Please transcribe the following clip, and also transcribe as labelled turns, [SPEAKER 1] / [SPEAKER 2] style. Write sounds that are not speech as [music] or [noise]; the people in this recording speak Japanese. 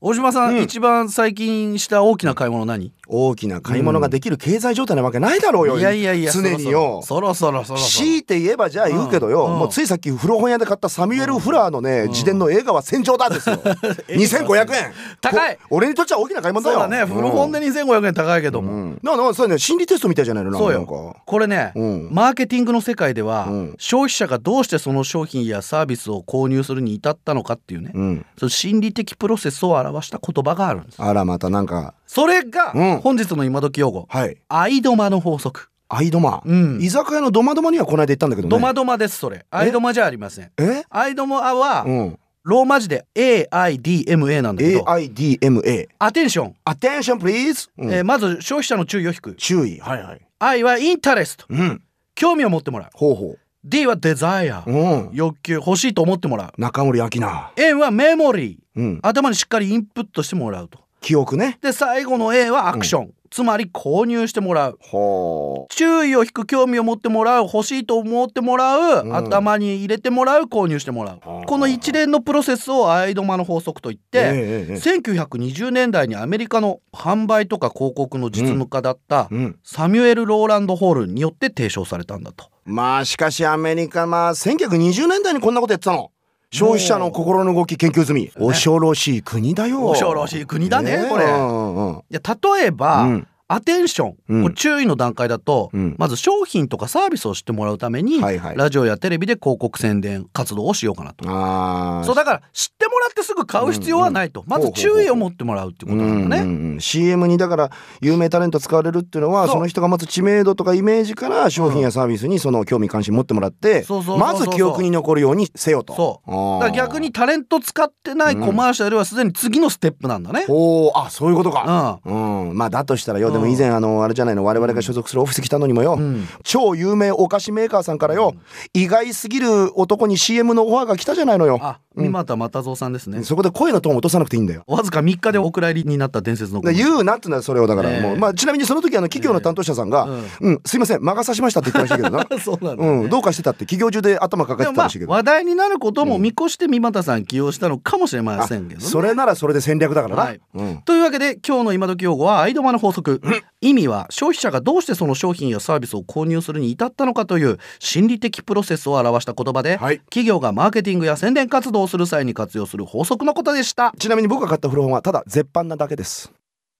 [SPEAKER 1] 大島さん、
[SPEAKER 2] うん
[SPEAKER 1] 一番最近した大きな買い物何
[SPEAKER 2] 大きな買い物ができる経済状態なわけないだろうよ、
[SPEAKER 1] いやいやいや
[SPEAKER 2] 常によ
[SPEAKER 1] そろそろそろそろそろ
[SPEAKER 2] 強いて言えばじゃあ言うけどよ、
[SPEAKER 1] うん
[SPEAKER 2] もうついさっき古本屋で買ったサミュエル・フラーのね、自伝の映画は戦場だです
[SPEAKER 1] [laughs]
[SPEAKER 2] よ2500円
[SPEAKER 1] 高い
[SPEAKER 2] こ俺にとっちゃ大きな買い物だ
[SPEAKER 1] そう
[SPEAKER 2] よ
[SPEAKER 1] だね古本で2500円高いけども、
[SPEAKER 2] うん、なんかなんかそうね心理テストみたいじゃないのなんか
[SPEAKER 1] そう
[SPEAKER 2] なん
[SPEAKER 1] よ
[SPEAKER 2] か
[SPEAKER 1] これね、
[SPEAKER 2] うん
[SPEAKER 1] マーケティングの世界では、
[SPEAKER 2] うん
[SPEAKER 1] 消費者がどうしてその商品やサービスを購入するに至ったのかっていうね、
[SPEAKER 2] うん
[SPEAKER 1] その心理的プロセスを表した言葉があるんです
[SPEAKER 2] あらまたなんか
[SPEAKER 1] それが、
[SPEAKER 2] うん
[SPEAKER 1] 本日の今時用語
[SPEAKER 2] はい
[SPEAKER 1] 「アイドマの法則
[SPEAKER 2] アイドマ、
[SPEAKER 1] うん
[SPEAKER 2] 居酒屋のドマドマにはこないだ行ったんだけ」どね
[SPEAKER 1] ドマドマですそれアイドマじゃありません
[SPEAKER 2] え
[SPEAKER 1] アイドマは、
[SPEAKER 2] うん
[SPEAKER 1] ローマ字で AIDMA なんだけど、
[SPEAKER 2] AIDMA
[SPEAKER 1] アテンション、
[SPEAKER 2] Attention please、うん
[SPEAKER 1] えーまず消費者の注意を引く
[SPEAKER 2] 注意はいはい
[SPEAKER 1] I はインタレスト
[SPEAKER 2] うん
[SPEAKER 1] 興味を持ってもらう
[SPEAKER 2] ほうほ
[SPEAKER 1] D はデザイア
[SPEAKER 2] ううん
[SPEAKER 1] 欲求欲しいと思ってもらう
[SPEAKER 2] 中森明菜
[SPEAKER 1] N はメモリー
[SPEAKER 2] うん
[SPEAKER 1] 頭にしっかりインプットしてもらうと
[SPEAKER 2] 記憶ね
[SPEAKER 1] で最後の A はアクション、つまり購入してもらう
[SPEAKER 2] ほ
[SPEAKER 1] 注意を引く興味を持ってもらう欲しいと思ってもらう、
[SPEAKER 2] うん
[SPEAKER 1] 頭に入れてもらう購入してもらう、
[SPEAKER 2] はあ
[SPEAKER 1] この一連のプロセスをアイドマの法則といっ
[SPEAKER 2] ええ
[SPEAKER 1] て、
[SPEAKER 2] ええええ
[SPEAKER 1] 1920年代にアメリカの販売とか広告の実務家だった、
[SPEAKER 2] うん
[SPEAKER 1] サミュエル・ローランド・ホールによって提唱されたんだと。
[SPEAKER 2] まあしかしアメリカまあ1920年代にこんなことやってたの消費者の心の動き研究済み恐ろしい国だよ
[SPEAKER 1] 恐ろしい国だね
[SPEAKER 2] え
[SPEAKER 1] これ
[SPEAKER 2] うんうん
[SPEAKER 1] いや例えば、
[SPEAKER 2] うん
[SPEAKER 1] アテンション、
[SPEAKER 2] うん
[SPEAKER 1] これ注意の段階だと、
[SPEAKER 2] うん
[SPEAKER 1] まず商品とかサービスを知ってもらうために、
[SPEAKER 2] はいはい
[SPEAKER 1] ラジオやテレビで広告宣伝活動をしようかなと。
[SPEAKER 2] あー
[SPEAKER 1] そうだから知ってもらってすぐ買う必要はないと、まず注意を持ってもらうってことなんだね。
[SPEAKER 2] うんうんうん CM にだから有名タレント使われるっていうのは
[SPEAKER 1] そ
[SPEAKER 2] そうの人が持つ知名度とかイメージから商品やサービスにその興味関心持ってもらって
[SPEAKER 1] そうそうそうそう
[SPEAKER 2] まず記憶に残るようにせよと
[SPEAKER 1] そう
[SPEAKER 2] あー
[SPEAKER 1] だから逆にタレント使ってないコマーシャルはすでに次のステップなんだね。
[SPEAKER 2] おおあそういうことか
[SPEAKER 1] う
[SPEAKER 2] うんまあだとしたらよで
[SPEAKER 1] う
[SPEAKER 2] も
[SPEAKER 1] ん
[SPEAKER 2] 以前あのあれじゃないの我々が所属するオフィス来たのにもよ
[SPEAKER 1] ん、うん、
[SPEAKER 2] 超有名お菓子メーカーさんからよ意外すぎる男に CM のオファーが来たじゃないのよ
[SPEAKER 1] あ三股又蔵さんですね。
[SPEAKER 2] そこで声のトーン落とさなくていいんだよ
[SPEAKER 1] わずか3日でお蔵入りになった伝説の
[SPEAKER 2] で言うなってんだよそれをだか
[SPEAKER 1] え
[SPEAKER 2] ら
[SPEAKER 1] え
[SPEAKER 2] もうまあちなみにその時あの企業の担当者さんが
[SPEAKER 1] うん
[SPEAKER 2] 「うんすいません魔が差しました」って言ってましたけどな
[SPEAKER 1] [laughs] そうなんだ、ね
[SPEAKER 2] うん、どうかしてたって企業中で頭抱え
[SPEAKER 1] で
[SPEAKER 2] て
[SPEAKER 1] も
[SPEAKER 2] た
[SPEAKER 1] ま
[SPEAKER 2] ら
[SPEAKER 1] あ
[SPEAKER 2] しいけど、
[SPEAKER 1] 話題になることも見越して三股さん起用したのかもしれませんけどね。
[SPEAKER 2] それならそれで戦略だからな、
[SPEAKER 1] はい
[SPEAKER 2] うん、
[SPEAKER 1] というわけで今日の今時用語は「アイドマの法則」意味は消費者がどうしてその商品やサービスを購入するに至ったのかという心理的プロセスを表した言葉で、
[SPEAKER 2] はい
[SPEAKER 1] 企業がマーケティングや宣伝活動をする際に活用する法則のことでした。
[SPEAKER 2] ちなみに僕が買った古本はただ絶版なだけです